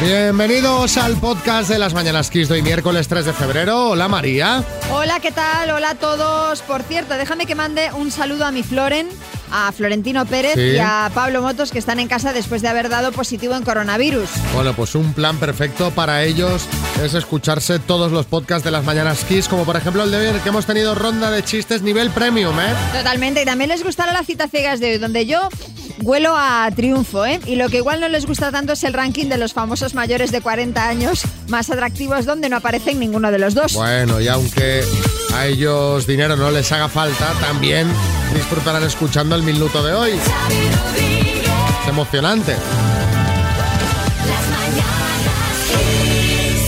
Bienvenidos al podcast de las Mañanas Kiss de hoy miércoles 3 de febrero. Hola María. Hola, ¿qué tal? Hola a todos. Por cierto, déjame que mande un saludo a mi Floren, a Florentino Pérez Sí. y a Pablo Motos que están en casa después de haber dado positivo en coronavirus. Bueno, pues un plan perfecto para ellos es escucharse todos los podcasts de las Mañanas Kiss, como por ejemplo el de hoy en el que hemos tenido ronda de chistes nivel premium, ¿eh? Totalmente. Y también les gustará la cita ciegas de hoy, donde yo huelo a triunfo, ¿eh? Y lo que igual no les gusta tanto es el ranking de los famosos mayores de 40 años más atractivos, donde no aparecen ninguno de los dos. Bueno, y aunque a ellos dinero no les haga falta, también disfrutarán escuchando el minuto de hoy. Es emocionante.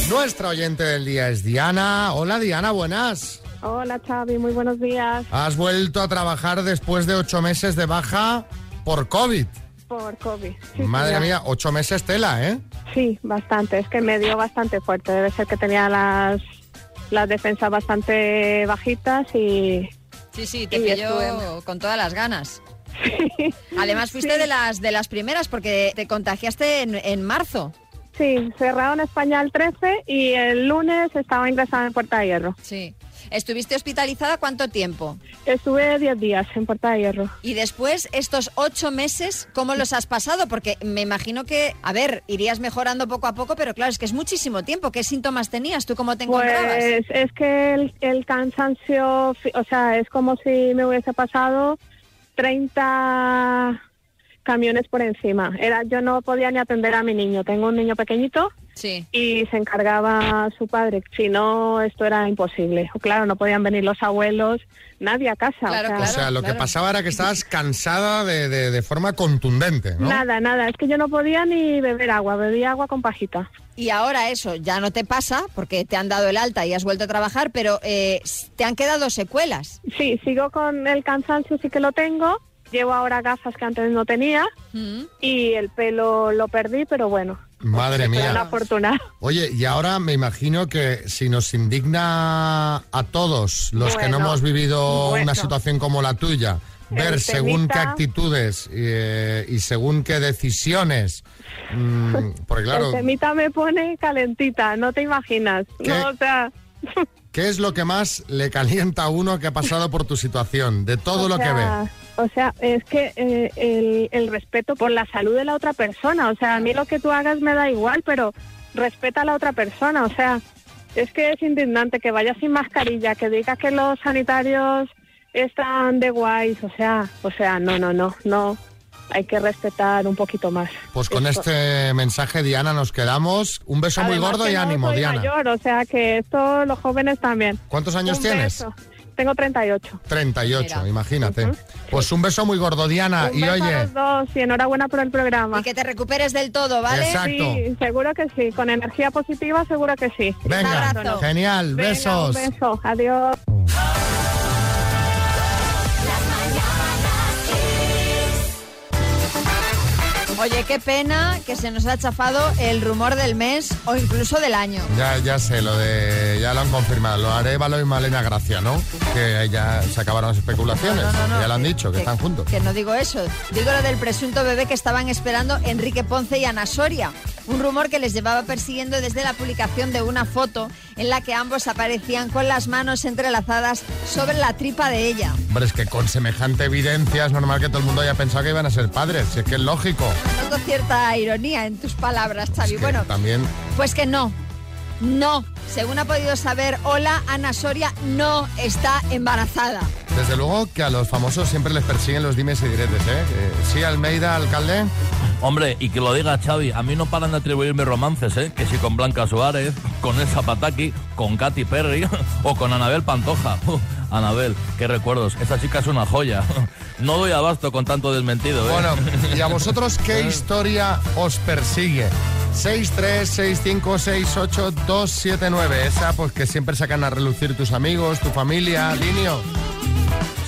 Nuestra oyente del día es Diana. Hola Diana, buenas. Hola Xavi, muy buenos días. Has vuelto a trabajar después de ocho meses de baja por COVID. Por COVID. Sí, Madre señor. mía, ocho meses tela, ¿eh? Sí, bastante. Es que me dio bastante fuerte. Debe ser que tenía las, las defensas bastante bajitas y Sí, sí, te Y pilló estuve- con todas las ganas. Además fuiste Sí. de las de las primeras porque te contagiaste en, en marzo. sí, cerrado en España el 13 y el lunes estaba ingresada en Puerta de Hierro. Sí. ¿Estuviste hospitalizada cuánto tiempo? Estuve 10 días en Puerta de Hierro. Y después, estos ocho meses, ¿cómo los has pasado? Porque me imagino que, a ver, irías mejorando poco a poco, pero claro, es que es muchísimo tiempo. ¿Qué síntomas tenías? ¿Tú cómo te encontrabas? Pues es que el, el cansancio, fi- o sea, es como si me hubiese pasado 30 camiones por encima. Era, yo no podía ni atender a mi niño. Tengo un niño pequeñito Sí. y se encargaba su padre. Si no, esto era imposible. Claro, no podían venir los abuelos, nadie a casa. Claro, o sea, o sea, lo claro. que pasaba era que estabas cansada de, de- de forma contundente, ¿no? Nada, nada. Es que yo no podía ni beber agua. Bebía agua con pajita. Y ahora eso ya no te pasa porque te han dado el alta y has vuelto a trabajar, pero eh, te han quedado secuelas. Sí, sigo con el cansancio, sí que lo tengo. Llevo ahora gafas que antes no tenía. Mm. y el pelo lo perdí, pero bueno, Madre fue mía. una fortuna. Oye, y ahora me imagino que si nos indigna a todos los que no Bueno, hemos vivido bueno. una situación como la tuya, ver El según qué temita- actitudes eh, y según qué decisiones, mm, porque claro, El temita me pone calentita, no te imaginas. ¿Qué? No, o sea, ¿qué es lo que más le calienta a uno que ha pasado por tu situación, de todo o lo que sea, ve? O sea, es que eh, el, el respeto por la salud de la otra persona, o sea, a mí lo que tú hagas me da igual, pero respeta a la otra persona, o sea, es que es indignante que vayas sin mascarilla, que digas que los sanitarios están de guays, o sea, o sea, no, no, no, no, hay que respetar un poquito más. Pues con Esto- este mensaje, Diana, nos quedamos. Un beso muy Además gordo que y no ánimo, soy Diana. mayor, o sea que esto los jóvenes también. ¿Cuántos años Un tienes? beso. Tengo 38. 38, Mira. imagínate. Ujú. Pues un beso muy gordo, Un Diana. Ah, y beso oye, a los dos y enhorabuena por el programa. Y que te recuperes del todo, ¿vale? Exacto. Sí, seguro que sí. Con energía positiva, seguro que sí. Venga, Un abrazo. genial, Venga, besos. Un beso. Adiós. Oye, qué pena que se nos ha chafado el rumor del mes o incluso del año. Ya, ya sé, lo de. Ya lo han confirmado, lo Arevalo y Malena Gracia, ¿no? Que ya se acabaron las especulaciones. No, no, no, ya lo han dicho, que están juntos. Que no digo eso. Digo lo del presunto bebé que estaban esperando Enrique Ponce y Ana Soria. Un rumor que les llevaba persiguiendo desde la publicación de una foto en la que ambos aparecían con las manos entrelazadas sobre la tripa de ella. Hombre, es que con semejante evidencia es normal que todo el mundo haya pensado que iban a ser padres, si es que es lógico. Noto cierta ironía en tus palabras, Xavi. Es que bueno, También. pues que no. No. Según ha podido saber, hola, Ana Soria no está embarazada. Desde luego que a los famosos siempre les persiguen los dimes y diretes, ¿eh? Eh, sí, Almeida, alcalde. Hombre, y que lo diga Xavi, a mí no paran de atribuirme romances, ¿eh? Que si con Blanca Suárez, con Elsa Pataki, con Katy Perry o con Anabel Pantoja. Uf, Anabel, qué recuerdos, esa chica es una joya. No doy abasto con tanto desmentido, ¿eh? Bueno, ¿y a vosotros qué historia os persigue? 636568279. Esa, pues que siempre sacan a relucir tus amigos, tu familia, Linio.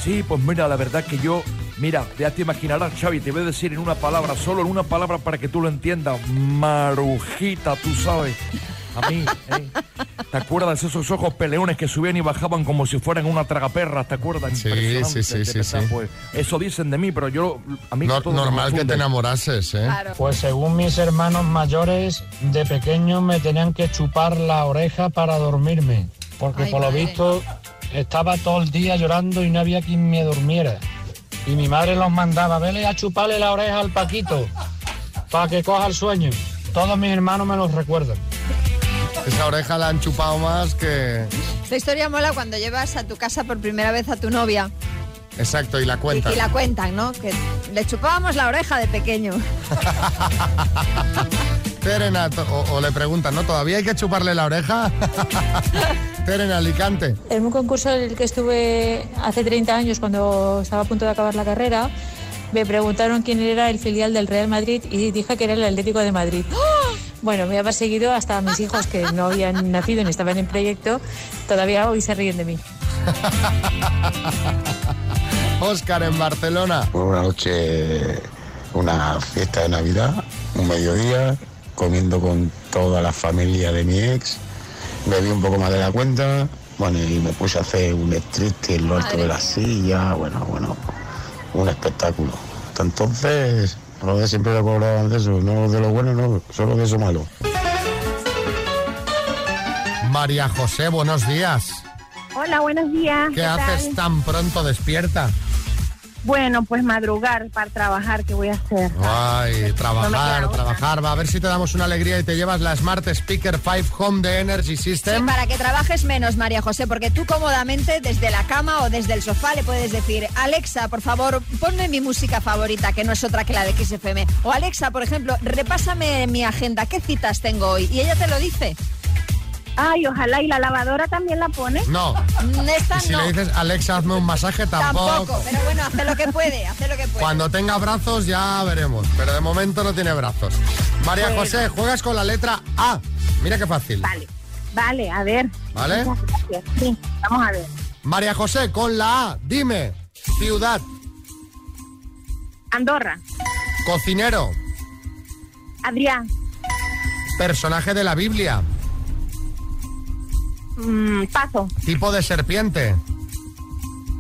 Sí, pues mira, la verdad que yo, mira, ya te imaginarás, Xavi, te voy a decir en una palabra, solo en una palabra para que tú lo entiendas. Marujita, tú sabes. a mí. ¿eh? ¿Te acuerdas esos ojos peleones que subían y bajaban como si fueran una tragaperra? ¿Te acuerdas? Sí, Impresionante, sí, sí, de sí, verdad, sí. pues, eso dicen de mí, pero yo... A mí No- todo me normal que confunde. te enamorases, ¿eh? Claro. Pues según mis hermanos mayores, de pequeño me tenían que chupar la oreja para dormirme, porque Ay, por lo madre. visto estaba todo el día llorando y no había quien me durmiera. Y mi madre los mandaba, vele a chuparle la oreja al Paquito, para que coja el sueño. Todos mis hermanos me los recuerdan. Esa oreja la han chupado más que... Esta historia mola cuando llevas a tu casa por primera vez a tu novia Exacto, y la y, cuenta. y la cuentan, ¿no? Que le chupábamos la oreja de pequeño. Terena, to- o, o le preguntan, ¿no? ¿Todavía hay que chuparle la oreja? Terena, Alicante. En un concurso en el que estuve hace 30 años, cuando estaba a punto de acabar la carrera, me preguntaron quién era el filial del Real Madrid y dije que era el Atlético de Madrid. ¡Ah! Bueno, me ha perseguido hasta a mis hijos que no habían nacido ni estaban en proyecto. Todavía hoy se ríen de mí. Óscar en Barcelona. Por una noche, una fiesta de Navidad, un mediodía, comiendo con toda la familia de mi ex, bebí un poco más de la cuenta, bueno, y me puse a hacer un triste en lo alto de la silla, bueno, bueno, un espectáculo. Hasta Entonces, lo de siempre lo cobraban de eso, no de lo bueno, no, solo de eso malo. María José, buenos días. Hola, buenos días. ¿Qué haces tal? tan pronto despierta? Bueno, pues madrugar para trabajar, ¿qué voy a hacer? Ay, trabajar, queda otra. trabajar. Va a ver si te damos una alegría y te llevas la Smart Speaker 5 Home de Energy Sí, System. para que trabajes menos, María José, porque tú cómodamente desde la cama o desde el sofá le puedes decir, Alexa, por favor, ponme mi música favorita, que no es otra que la de XFM. O Alexa, por ejemplo, repásame mi agenda, ¿qué citas tengo hoy? Y ella te lo dice. Ay, ojalá, ¿y la lavadora también la pone? No. "Mm, Esta Y si no, le dices, Alexa, hazme un masaje, tampoco. tampoco. Pero bueno, hace lo que puede, hace lo que puede. Cuando tenga brazos ya veremos, pero de momento no tiene brazos. María José, juegas con la letra A. Mira qué fácil. Vale, vale, a ver. ¿Vale? Muchas gracias. Sí, vamos a ver. María José, con la A, dime, ciudad, Andorra, cocinero, Adrián, personaje de la Biblia, mm, Paso, tipo de serpiente,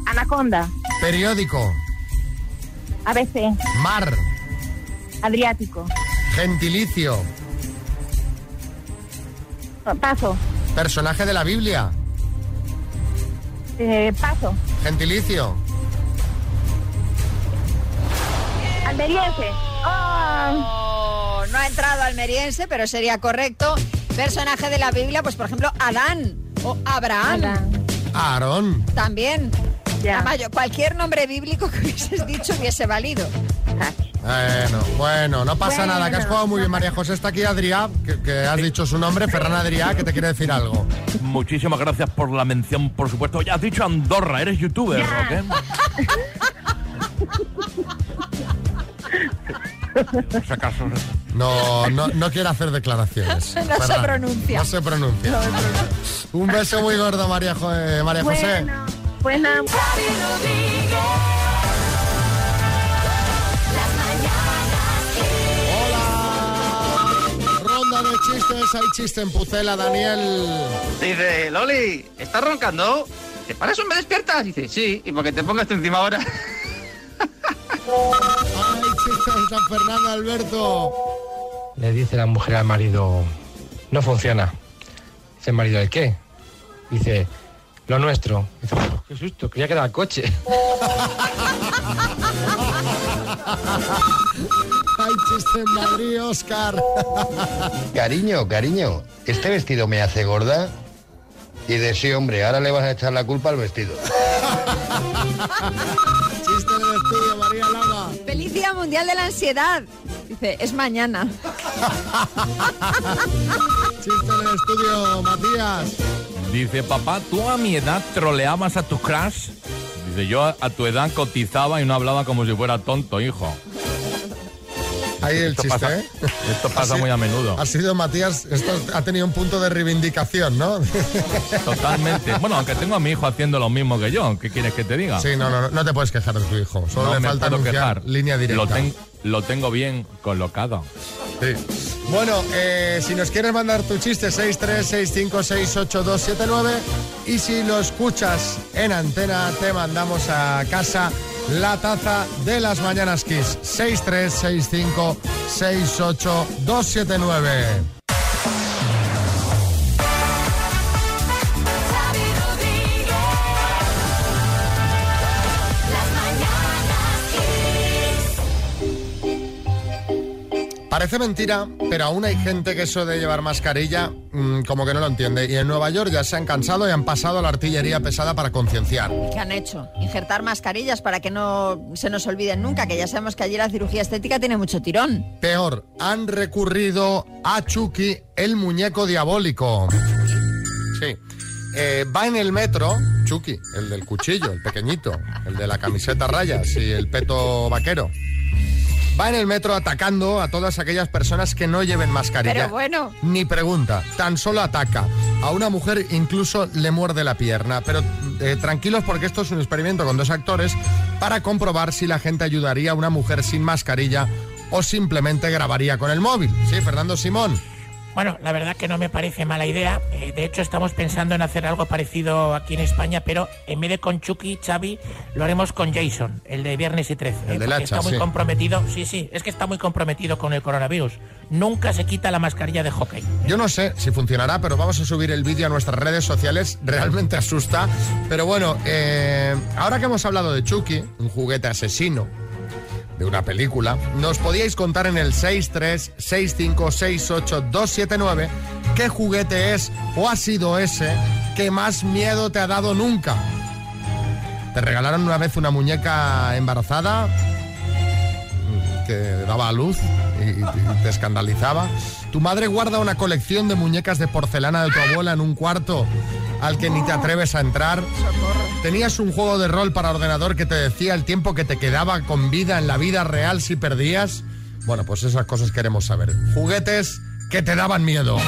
Anaconda, periódico, ABC, mar, Adriático, gentilicio, Paso, personaje de la Biblia, eh, Paso, gentilicio, Alberiense. Oh, Oh, no ha entrado almeriense, pero sería correcto. Personaje de la Biblia, pues por ejemplo, Adán o Abraham Aarón. también. Ya. Además, yo- cualquier nombre bíblico que hubieses dicho hubiese valido. Bueno, bueno, no pasa nada, que has jugado muy bien, María José. Está aquí Adrià, que, que has dicho su nombre, Ferran Adrià, que te quiere decir algo. Muchísimas gracias por la mención, por supuesto. Ya has dicho Andorra, eres youtuber, ¿o qué? Si acaso- No, no, no quiere hacer declaraciones. No se Ferran. pronuncia. No se pronuncia. Un beso muy gordo, María, Jo- eh, María José. bueno, pues nada. Ronda de chistes, hay chiste en Pucela, Daniel. Dice, Loli, ¿estás roncando? ¿Te paras o me despiertas? Dice, sí, y porque te pongas tú encima ahora. Hay chiste en San Fernando, Alberto. Le dice la mujer al marido, no funciona. Dice el marido, ¿el qué? Dice, lo nuestro. Dice, "Uf, qué susto, creía que era el coche. Hay chiste en Madrid, Oscar. Cariño, cariño, este vestido me hace gorda. Y de sí, hombre, ahora le vas a echar la culpa al vestido. Chiste en el estudio, María Lama. Feliz Día Mundial de la Ansiedad. Dice, es mañana. Chiste en el estudio, Matías. Dice, papá, ¿tú a mi edad troleabas a tu crush? Dice, yo a a tu edad cotizaba y no hablaba como si fuera tonto, hijo. Ahí el Esto chiste, pasa, ¿eh? esto pasa Ha si- muy a menudo. Ha sido Matías, esto ha tenido un punto de reivindicación, ¿no? Totalmente. Bueno, aunque tengo a mi hijo haciendo lo mismo que yo, ¿qué quieres que te diga? Sí, no, no, no, no te puedes quejar de tu hijo. Solo Ah. no le me falta puedo anunciar quejar. línea directa. Lo, ten- lo tengo bien colocado. Sí. Bueno, eh, si nos quieres mandar tu chiste, 636568279. Y si lo escuchas en antena, te mandamos a casa la taza de las mañanas Kiss. 636568279. Parece mentira, pero aún hay gente que eso de llevar mascarilla mm, como que no lo entiende. Y en Nueva York ya se han cansado y han pasado a la artillería pesada para concienciar. ¿Qué han hecho? Injertar mascarillas para que no se nos olviden nunca, que ya sabemos que allí la cirugía estética tiene mucho tirón. Peor, han recurrido a Chucky, el muñeco diabólico. Sí. Eh, va en el metro, Chucky, el del cuchillo, el pequeñito, el de la camiseta a rayas y el peto vaquero. Va en el metro atacando a todas aquellas personas que no lleven mascarilla. Pero bueno. Ni pregunta, tan solo ataca. A una mujer incluso le muerde la pierna. Pero eh, tranquilos porque esto es un experimento con dos actores para comprobar si la gente ayudaría a una mujer sin mascarilla o simplemente grabaría con el móvil. Sí, Fernando Simón. Bueno, la verdad que no me parece mala idea. Eh, de hecho, estamos pensando en hacer algo parecido aquí en España, pero en vez de con Chucky, Xavi, lo haremos con Jason, el de Viernes y 13. El del porque hacha, Está muy sí. comprometido. Sí, sí, es que está muy comprometido con el coronavirus. Nunca se quita la mascarilla de hockey. Yo no sé si funcionará, pero vamos a subir el vídeo a nuestras redes sociales. Realmente asusta. Pero bueno, eh, ahora que hemos hablado de Chucky, un juguete asesino de una película, nos podíais contar en el 636568279 qué juguete es o ha sido ese que más miedo te ha dado nunca. ¿Te regalaron una vez una muñeca embarazada? que daba a luz y, y te escandalizaba. Tu madre guarda una colección de muñecas de porcelana de tu abuela en un cuarto al que ni te atreves a entrar. Tenías un juego de rol para ordenador que te decía el tiempo que te quedaba con vida en la vida real si perdías. Bueno, pues esas cosas queremos saber. Juguetes que te daban miedo.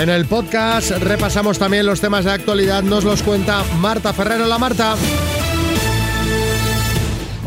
En el podcast repasamos también los temas de actualidad. Nos los cuenta Marta Ferrero. La Marta.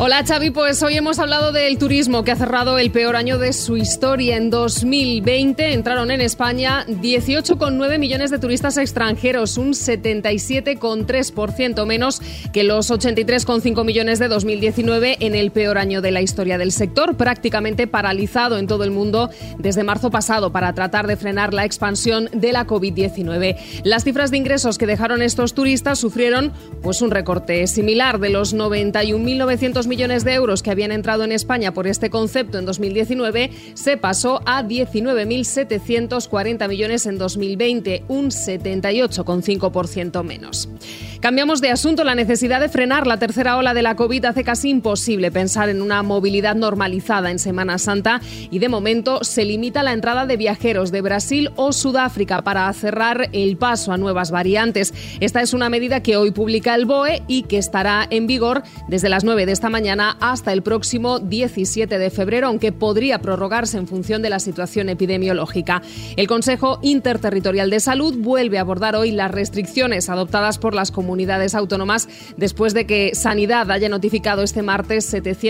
Hola Xavi, pues hoy hemos hablado del turismo que ha cerrado el peor año de su historia. En 2020 entraron en España 18,9 millones de turistas extranjeros, un 77,3% menos que los 83,5 millones de 2019 en el peor año de la historia del sector, prácticamente paralizado en todo el mundo desde marzo pasado para tratar de frenar la expansión de la COVID-19. Las cifras de ingresos que dejaron estos turistas sufrieron pues un recorte similar de los 91.900 millones de euros que habían entrado en España por este concepto en 2019 se pasó a 19.740 millones en 2020, un 78,5% menos. Cambiamos de asunto. La necesidad de frenar la tercera ola de la COVID hace casi imposible pensar en una movilidad normalizada en Semana Santa y de momento se limita la entrada de viajeros de Brasil o Sudáfrica para cerrar el paso a nuevas variantes. Esta es una medida que hoy publica el BOE y que estará en vigor desde las 9 de esta mañana hasta el próximo 17 de febrero, aunque podría prorrogarse en función de la situación epidemiológica. El Consejo Interterritorial de Salud vuelve a abordar hoy las restricciones adoptadas por las comunidades autónomas después de que Sanidad haya notificado este martes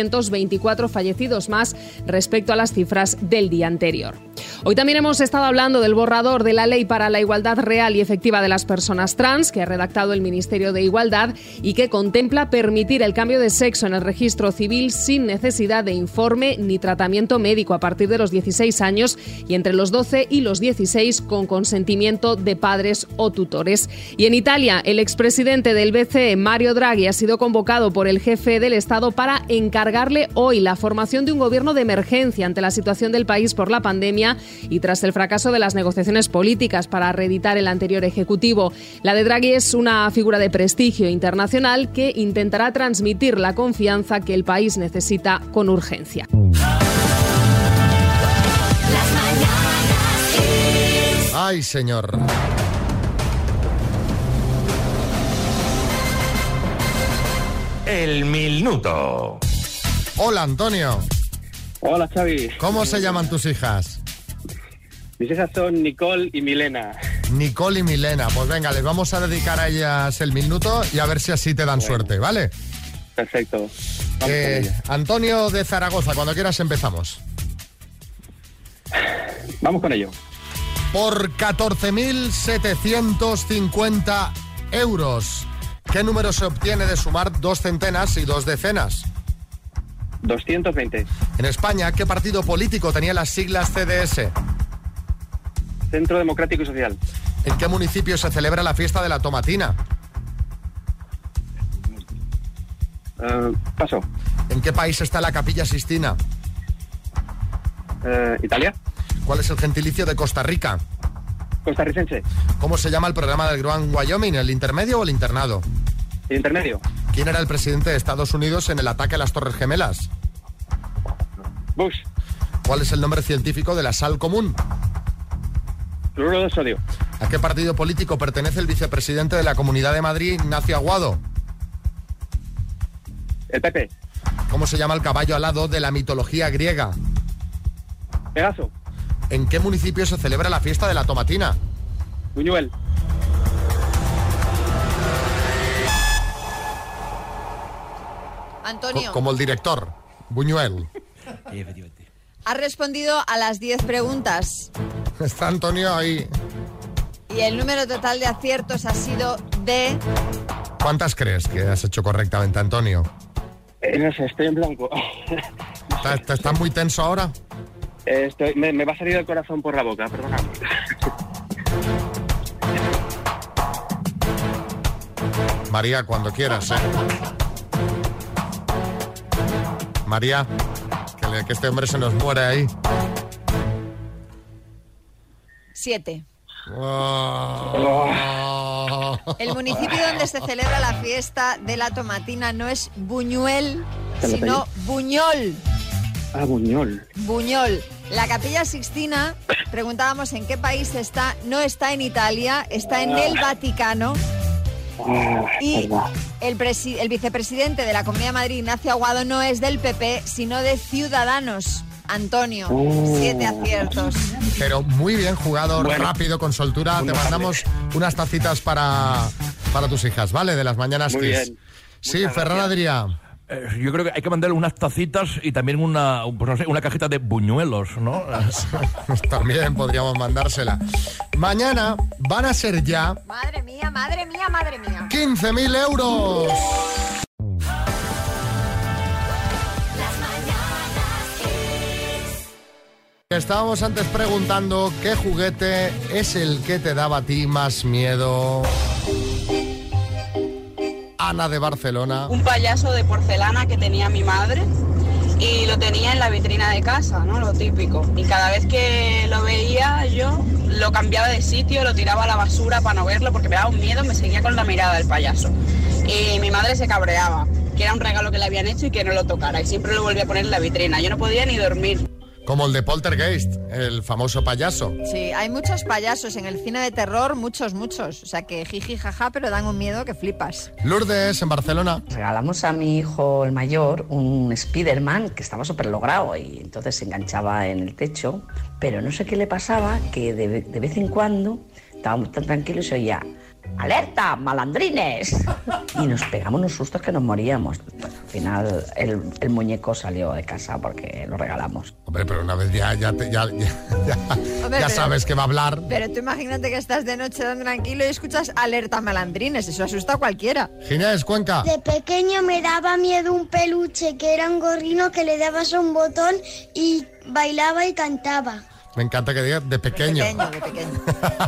724 fallecidos más respecto a las cifras del día anterior. Hoy también hemos estado hablando del borrador de la Ley para la Igualdad Real y Efectiva de las Personas Trans que ha redactado el Ministerio de Igualdad y que contempla permitir el cambio de sexo en el registro civil sin necesidad de informe ni tratamiento médico a partir de los 16 años y entre los 12 y los 16 con consentimiento de padres o tutores. Y en Italia, el expresidente del BCE, Mario Draghi, ha sido convocado por el jefe del Estado para encargarle hoy la formación de un gobierno de emergencia ante la situación del país por la pandemia y tras el fracaso de las negociaciones políticas para reeditar el anterior ejecutivo. La de Draghi es una figura de prestigio internacional que intentará transmitir la confianza que el país necesita con urgencia. Ay, señor. El minuto. Hola, Antonio. Hola, Xavi. ¿Cómo se llaman tus hijas? Mis hijas son Nicole y Milena. Nicole y Milena. Pues venga, les vamos a dedicar a ellas el minuto y a ver si así te dan suerte, ¿vale? Perfecto. Eh, Antonio de Zaragoza, cuando quieras empezamos. Vamos con ello. Por 14.750 euros, ¿qué número se obtiene de sumar dos centenas y dos decenas? 220. En España, ¿qué partido político tenía las siglas CDS? Centro Democrático y Social. ¿En qué municipio se celebra la fiesta de la tomatina? Eh, paso. ¿En qué país está la Capilla Sistina? Eh, Italia. ¿Cuál es el gentilicio de Costa Rica? Costarricense. ¿Cómo se llama el programa del Gran Wyoming, el intermedio o el internado? El intermedio. ¿Quién era el presidente de Estados Unidos en el ataque a las Torres Gemelas? Bush. ¿Cuál es el nombre científico de la sal común? Cloruro de sodio. ¿A qué partido político pertenece el vicepresidente de la Comunidad de Madrid, Ignacio Aguado? El PP. ¿Cómo se llama el caballo alado de la mitología griega? Pegaso. ¿En qué municipio se celebra la fiesta de la tomatina? Buñuel. Antonio, Como el director, Buñuel. has respondido a las 10 preguntas Está Antonio ahí. y el número total de aciertos ha sido de... ¿Cuántas crees que has hecho correctamente, Antonio? Eh, no sé, estoy en blanco. ¿Estás, estás- estás muy tenso ahora? Eh, estoy- me, me va a salir el corazón por la boca, perdona. María, cuando quieras, ¿eh? María, que, le- que este hombre se nos muere ahí. 7. Oh. El municipio donde se celebra la fiesta de la tomatina no es Buñuel, Te lo sino Buñol. Ah, Buñol. Buñol. La Capilla Sixtina, preguntábamos en qué país está, no está en Italia, está en el Vaticano. Ah, Y- verdad. El, presi- el vicepresidente de la Comunidad de Madrid, Ignacio Aguado, no es del PP, sino de Ciudadanos. Antonio, Oh. siete aciertos. Pero muy bien jugado, Bueno. rápido, con soltura. Te Una mandamos unas tacitas para, para tus hijas, ¿vale? De las mañanas Muy Kiss. bien. Sí, Ferran Adrià. Eh, Yo creo que hay que mandarle unas tacitas y también una, pues no sé, una cajita de buñuelos, ¿no? También podríamos mandársela. Mañana van a ser ya Madre mía, madre mía, madre mía. 15.000 euros. Estábamos antes preguntando qué juguete es el que te daba a ti más miedo. Ana de Barcelona. un payaso de porcelana que tenía mi madre y lo tenía en la vitrina de casa, ¿no? Lo típico. Y cada vez que lo veía yo lo cambiaba de sitio, lo tiraba a la basura para no verlo porque me daba un miedo, me seguía con la mirada el payaso. Y mi madre se cabreaba, que era un regalo que le habían hecho y que no lo tocara. Y siempre lo volvía a poner en la vitrina. Yo no podía ni dormir. Como el de Poltergeist, el famoso payaso. Sí, hay muchos payasos en el cine de terror, muchos, muchos. O sea que jiji, jaja, pero dan un miedo que flipas. Lourdes, en Barcelona. Regalamos a mi hijo el mayor un Spiderman que estaba súper logrado y entonces se enganchaba en el techo, pero no sé qué le pasaba que de, de vez en cuando estábamos tan tranquilos y se oía ¡Alerta, malandrines! Y nos pegamos unos sustos que nos moríamos. Al final el, el muñeco salió de casa porque lo regalamos. Hombre, pero una vez ya, ya, te- ya, ya- ya- Hombre, ya pero- sabes que va a hablar. Pero tú imagínate que estás de noche tan tranquilo y escuchas alerta malandrines, eso asusta a cualquiera. Ginés, Cuenca. De pequeño me daba miedo un peluche que era un gorrino que le dabas a un botón y bailaba y cantaba. Me encanta que digas de pequeño. de pequeño.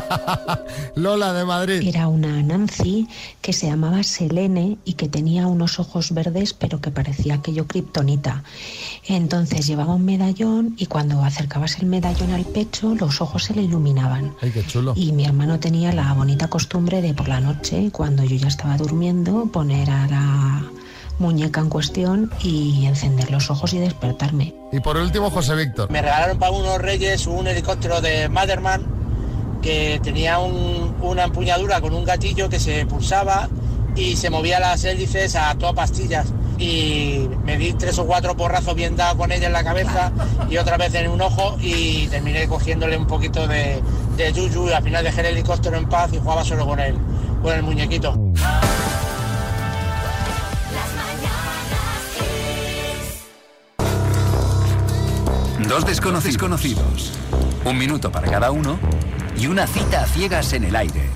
Lola de Madrid. Era una Nancy que se llamaba Selene y que tenía unos ojos verdes, pero que parecía aquello kriptonita. Entonces llevaba un medallón y cuando acercabas el medallón al pecho, los ojos se le iluminaban. Ay, qué chulo. Y mi hermano tenía la bonita costumbre de por la noche, cuando yo ya estaba durmiendo, poner a la muñeca en cuestión y encender los ojos y despertarme. Y por último, José Víctor. Me regalaron para unos reyes un helicóptero de Motherman que tenía un- una empuñadura con un gatillo que se pulsaba y se movía las hélices a todas pastillas. Y me di tres o cuatro porrazos bien dados con ella en la cabeza y otra vez en un ojo y terminé cogiéndole un poquito de, de yuyu y al final dejé el helicóptero en paz y jugaba solo con él, con el muñequito. Dos desconocidos conocidos. Un minuto para cada uno y una cita a ciegas en el aire.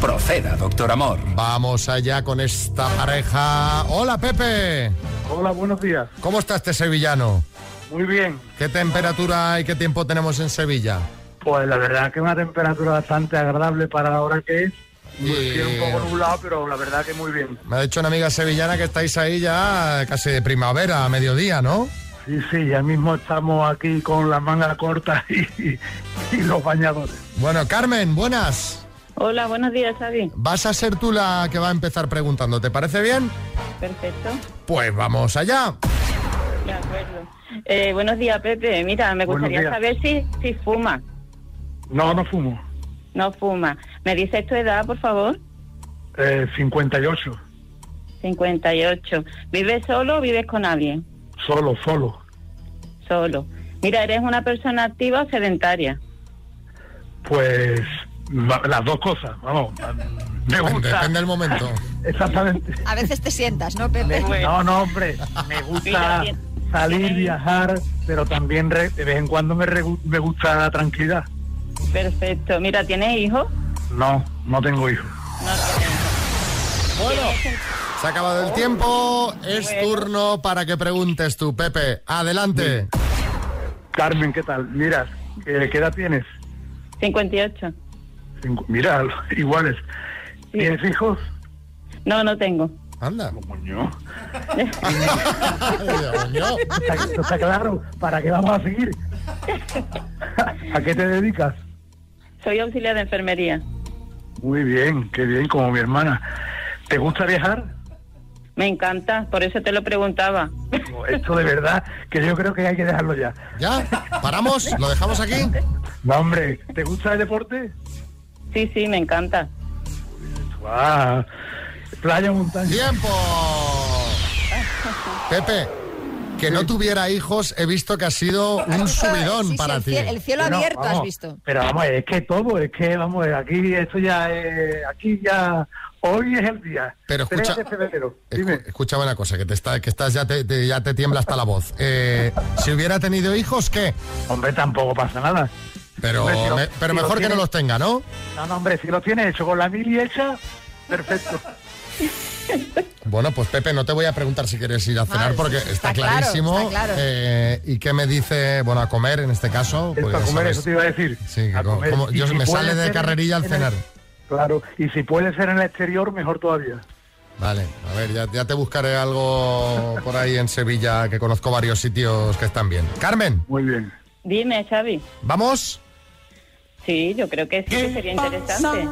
Proceda, doctor Amor. Vamos allá con esta pareja. Hola, Pepe. Hola, buenos días. ¿Cómo está este sevillano? Muy bien. ¿Qué temperatura y qué tiempo tenemos en Sevilla? Pues la verdad que una temperatura bastante agradable para la hora que es. Y- Tiene un poco nublado, pero la verdad que muy bien. Me ha dicho una amiga sevillana que estáis ahí ya casi de primavera, a mediodía, ¿no? Sí, sí, ya mismo estamos aquí con la manga corta y, y los bañadores. Bueno, Carmen, buenas. Hola, buenos días, Xavi. Vas a ser tú la que va a empezar preguntando, ¿te parece bien? Perfecto, Pues vamos allá. de acuerdo. Eh, buenos días, Pepe. Mira, me Buenos gustaría días. saber si, si fuma. No, no fumo. No fuma. ¿Me dices tu edad, por favor? Eh, 58. 58. ¿Vives solo o vives con alguien? Solo, solo. Solo. Mira, ¿eres una persona activa o sedentaria? Pues va- las dos cosas, vamos. Me gusta. depende del momento. Exactamente. A veces te sientas, ¿no, Pepe? No, no, hombre. Me gusta salir, viajar, pero también re- de vez en cuando me, regu- me gusta la tranquilidad. Perfecto. Mira, ¿tienes hijos? No, no tengo hijos. Bueno, se ha acabado el tiempo. Es turno para que preguntes tú, Pepe. Adelante. Carmen, ¿qué tal? Mira, eh, ¿qué edad tienes? 58. Cincu- Mira, iguales. ¿Tienes hijos? No, no tengo. Anda. Está, esto está claro. ¿Para qué vamos a seguir? ¿A qué te dedicas? Soy auxiliar de enfermería. Muy bien, qué bien, como mi hermana. ¿Te gusta viajar? Me encanta, por eso te lo preguntaba. Esto de verdad que yo creo que hay que dejarlo ya. ¿Ya? ¿Paramos? ¿Lo dejamos aquí? No, hombre, ¿te gusta el deporte? Sí, sí, me encanta. ¡Guau! Playa, montaña. ¡Tiempo! Pepe, que no tuviera hijos, he visto que ha sido un subidón Sí, sí, para el ti. cielo- el cielo Bueno, abierto, has vamos, visto. Pero vamos, es que todo, es que vamos, aquí esto ya, eh, aquí ya, hoy es el día. Pero escucha- eh, 3 de febrero. Escu- Escucha una cosa, que te está, que estás ya te, te- ya te tiembla hasta la voz. Eh, si hubiera tenido hijos, ¿qué? Hombre, tampoco pasa nada. Pero, Hombre, si lo- me- pero si lo mejor que no tienes- los tenga, ¿no? No, no, hombre, si lo tienes hecho con la mili hecha, perfecto. Bueno, pues Pepe, no te voy a preguntar si quieres ir a cenar Vale, porque está, Ah, está claro, clarísimo. está claro. Eh, ¿Y qué me dice, bueno, a comer en este caso? Esto pues a ya comer, sabes. eso te iba a decir. Sí, que A como- comer. como- Y yo si me puede sale ser de en- carrerilla al en el- cenar. Claro, y si puede ser en el exterior, mejor todavía. Vale, a ver, ya, ya te buscaré algo por ahí en Sevilla, que conozco varios sitios que están bien. Carmen. Muy bien. Dime, Xavi. ¿Vamos? Sí, yo creo que sí, que sería interesante.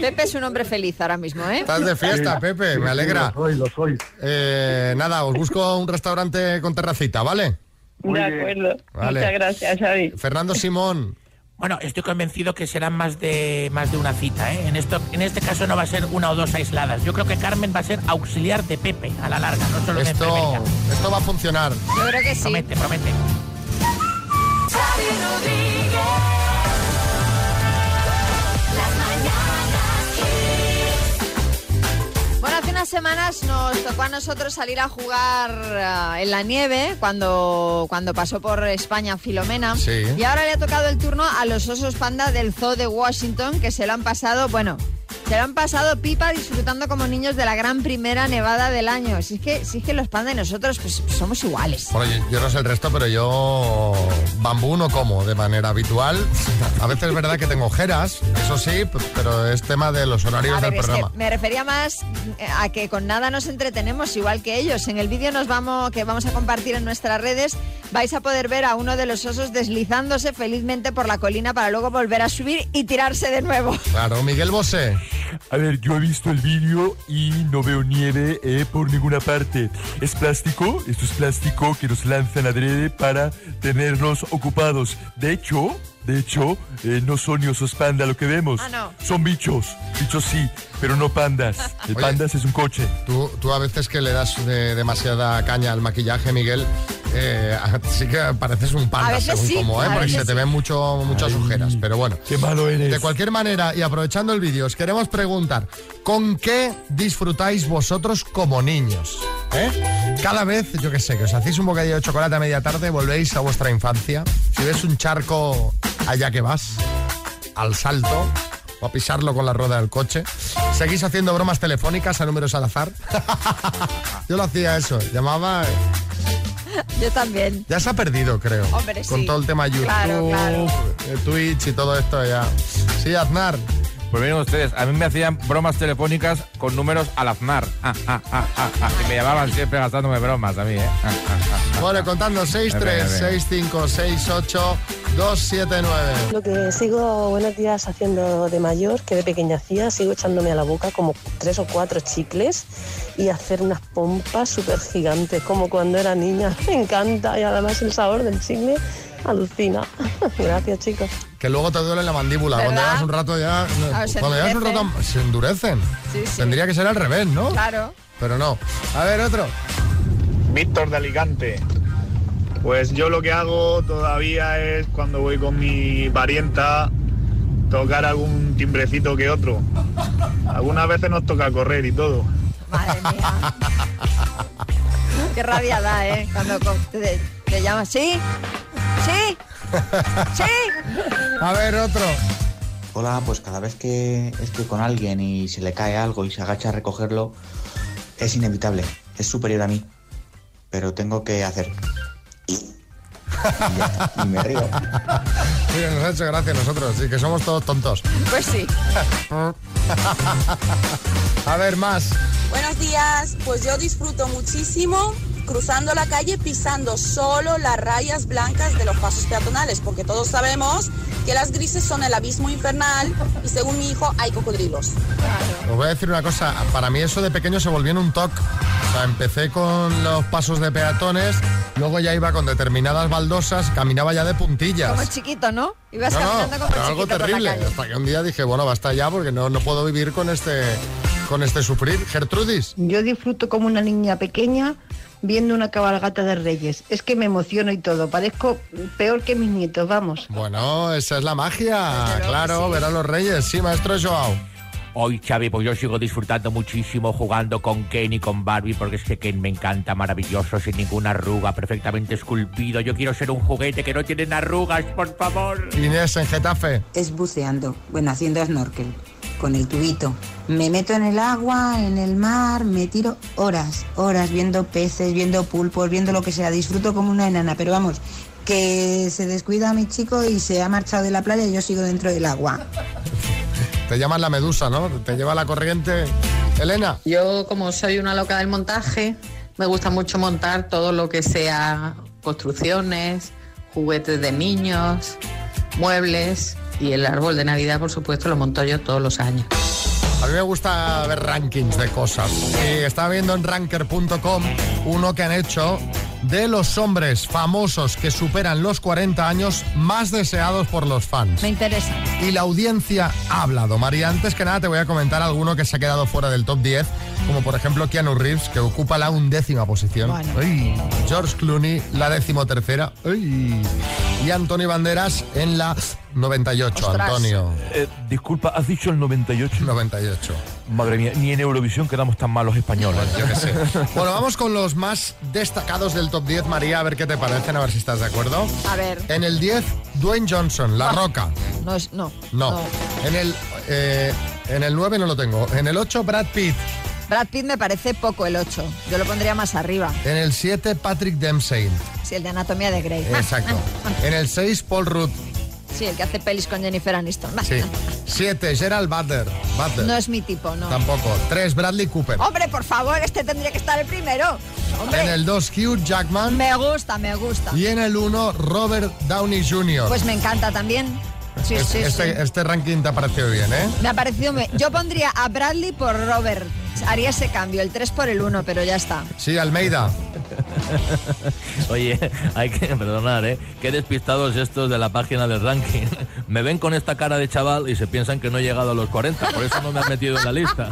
Pepe es un hombre feliz ahora mismo, ¿eh? Estás de fiesta, Pepe, me alegra. soy, lo soy. Eh, nada, os busco un restaurante con terracita, ¿vale? De acuerdo. Vale. Muchas gracias, Xavi. Fernando Simón. Bueno, estoy convencido que serán más de más de una cita, ¿eh? En esto, en este caso no va a ser una o dos aisladas. Yo creo que Carmen va a ser auxiliar de Pepe a la larga, no solo de Esto, enfermería. esto va a funcionar. Yo creo que sí. Promete, promete. Bueno, hace unas semanas nos tocó a nosotros salir a jugar ah, en la nieve cuando, cuando pasó por España Filomena. Sí. Y ahora le ha tocado el turno a los osos panda del Zoo de Washington que se lo han pasado, bueno, se lo han pasado pipa disfrutando como niños de la gran primera nevada del año. Si es que, si es que los pandas y nosotros pues, somos iguales. Bueno, yo, yo no sé el resto, pero yo bambú no como de manera habitual. A veces es verdad que tengo ojeras, eso sí, p- pero es tema de los horarios A ver, del es que programa. me refería más eh, a que con nada nos entretenemos igual que ellos. En el vídeo nos vamos que vamos a compartir en nuestras redes vais a poder ver a uno de los osos deslizándose felizmente por la colina para luego volver a subir y tirarse de nuevo. Claro, Miguel Bosé. A ver, yo he visto el vídeo y no veo nieve eh, por ninguna parte. Es plástico, esto es plástico que nos lanzan adrede para tenernos ocupados. De hecho, de hecho, eh, no son osos panda lo que vemos. Son bichos, bichos sí, pero no pandas. El Oye, pandas es un coche. Tú, tú a veces que le das de- demasiada caña al maquillaje, Miguel, eh, sí que pareces un panda, A veces según sí, como, ¿eh? a porque veces se te sí. ven mucho, muchas ojeras, pero bueno. Qué malo eres. De cualquier manera, y aprovechando el vídeo, os queremos preguntar, ¿con qué disfrutáis vosotros como niños? ¿Eh? Cada vez, yo qué sé, que os hacéis un bocadillo de chocolate a media tarde, volvéis a vuestra infancia. Si ves un charco, allá que vas, al salto o a pisarlo con la rueda del coche. Seguís haciendo bromas telefónicas a números al azar. Yo lo hacía eso, llamaba. Yo también. Ya se ha perdido, creo. Hombre, Con sí. todo el tema YouTube, Claro, claro. eh, Twitch y todo esto ya. Sí, Aznar. Pues miren ustedes, a mí me hacían bromas telefónicas con números al aznar. Ah, ah, ah, ah, ah. Y me llamaban siempre gastándome bromas a mí, ¿eh? Ah, ah, ah, ah. Bueno, contando 6, Venga, 3, venga. 6, 5, 6, 8, 2, 7, 9. Lo que sigo buenos días haciendo de mayor, que de pequeña hacía, sigo echándome a la boca como tres o cuatro chicles y hacer unas pompas súper gigantes, como cuando era niña. Me encanta y además el sabor del chicle alucina. Gracias, chicos. Que luego te duele la mandíbula. Cuando ¿Verdad? llevas un rato ya. Claro, se cuando llevas un rato endurecen. se endurecen. Tendría que ser al revés, ¿no? Claro. Pero no. A ver, otro. Víctor de Alicante. Pues yo lo que hago todavía es cuando voy con mi parienta tocar algún timbrecito que otro. Algunas veces nos toca correr y todo. Madre mía. Qué rabia da, ¿eh? Cuando co- te, te llamas, ¿sí? ¿Sí? ¿Sí? A ver, otro. Hola, pues cada vez que estoy con alguien y se le cae algo y se agacha a recogerlo, es inevitable, es superior a mí, pero tengo que hacer. Y, ya está, y me río. Mira, nos ha hecho gracia a nosotros, y que somos todos tontos. Pues sí. A ver, más. Buenos días, pues yo disfruto muchísimo cruzando la calle pisando solo las rayas blancas de los pasos peatonales, porque todos sabemos que las grises son el abismo infernal y según mi hijo hay cocodrilos. Os voy a decir una cosa, para mí eso de pequeño se volvió en un toc. O sea, empecé con los pasos de peatones, luego ya iba con determinadas baldosas, caminaba ya de puntillas. Como chiquito, ¿no? Ibas No, no, caminando como pero algo chiquito por la terrible. calle. Hasta que un día dije, bueno, basta ya porque no, no puedo vivir con este, con este sufrir. Gertrudis. Yo disfruto como una niña pequeña viendo una cabalgata de reyes. Es que me emociono y todo. Parezco peor que mis nietos, vamos. Bueno, esa es la magia. Claro, ver a los reyes. Sí, maestro Joao. Hoy, Xavi, pues yo sigo disfrutando muchísimo jugando con Ken y con Barbie porque es que Ken me encanta, maravilloso, sin ninguna arruga, perfectamente esculpido. Yo quiero ser un juguete que no tiene arrugas, por favor. Inés en Getafe. Es buceando, bueno, haciendo snorkel, con el tubito. Me meto en el agua, en el mar, me tiro horas, horas viendo peces, viendo pulpos, viendo lo que sea. Disfruto como una enana, pero vamos, que se descuida mi chico y se ha marchado de la playa y yo sigo dentro del agua. Te llaman la medusa, ¿no? Te lleva la corriente. Elena. Yo, como soy una loca del montaje, me gusta mucho montar todo lo que sea construcciones, juguetes de niños, muebles y el árbol de Navidad, por supuesto, lo monto yo todos los años. A mí me gusta ver rankings de cosas. Y estaba viendo en ranker.com uno que han hecho de los hombres famosos que superan los 40 años más deseados por los fans. Me interesa. Y la audiencia ha hablado. María, antes que nada te voy a comentar alguno que se ha quedado fuera del top 10, como por ejemplo Keanu Reeves, que ocupa la undécima posición. Bueno. Ay. George Clooney, la decimotercera. Ay. Y Antonio Banderas en la 98. Ostras. Antonio. Eh, disculpa, ¿has dicho el 98? 98. Madre mía, ni en Eurovisión quedamos tan malos españoles. Yo qué sé. Bueno, vamos con los más destacados del top 10, María, a ver qué te parecen, a ver si estás de acuerdo. A ver. En el 10, Dwayne Johnson, La Roca. No, es, no. No. En el eh, en el 9 no lo tengo. En el 8, Brad Pitt. Brad Pitt me parece poco el 8. Yo lo pondría más arriba. En el 7, Patrick Dempsey. Sí, el de Anatomía de Grey. Exacto. En el 6, Paul Rudd. Sí, el que hace pelis con Jennifer Aniston. Va. Sí. 7, Gerald Butler. Butler. No es mi tipo, no. Tampoco. 3, Bradley Cooper. Hombre, por favor, este tendría que estar el primero. Hombre. En el 2, Hugh Jackman. Me gusta, me gusta. Y en el 1, Robert Downey Jr. Pues me encanta también. Sí, Es- sí, este, sí. este ranking te ha parecido bien, ¿eh? Me ha parecido... me- Yo pondría a Bradley por Robert. Haría ese cambio, el 3 por el 1, pero ya está. Sí, Almeida. Oye, hay que perdonar, ¿eh? Qué despistados estos de la página del ranking. Me ven con esta cara de chaval y se piensan que no he llegado a los 40, por eso no me han metido en la lista.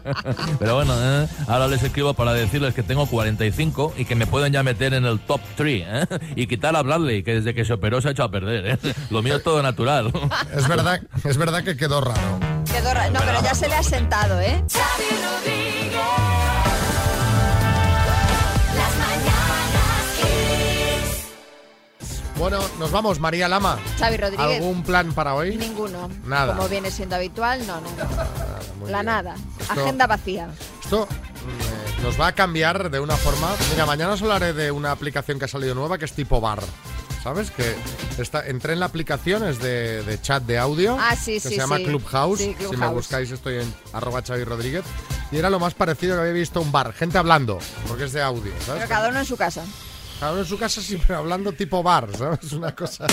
Pero bueno, ¿eh? ahora les escribo para decirles que tengo 45 y que me pueden ya meter en el top 3, ¿eh? Y quitar a Bradley, que desde que se operó se ha hecho a perder, ¿eh? Lo mío es todo natural. Es verdad, es verdad que quedó raro. Quedó ra- No, pero ya se le ha sentado, ¿eh? Bueno, nos vamos, María Lama. Xavi Rodríguez. ¿Algún plan para hoy? Ninguno. Nada. Como viene siendo habitual, no, no. muy La bien. nada. Esto- Agenda vacía. Esto mm, eh, nos va a cambiar de una forma. Mira, mañana os hablaré de una aplicación que ha salido nueva que es tipo bar. ¿Sabes? Que está, entré en la aplicación, es de, de chat de audio. Ah, sí, que sí, Se llama sí. Clubhouse. Sí, Si me Clubhouse. buscáis, estoy en arroba Xavi Rodríguez. Y era lo más parecido que había visto a un bar. Gente hablando, porque es de audio, ¿sabes? Pero cada uno en su casa. Cada uno en su casa siempre hablando tipo bar, ¿sabes? Una cosa.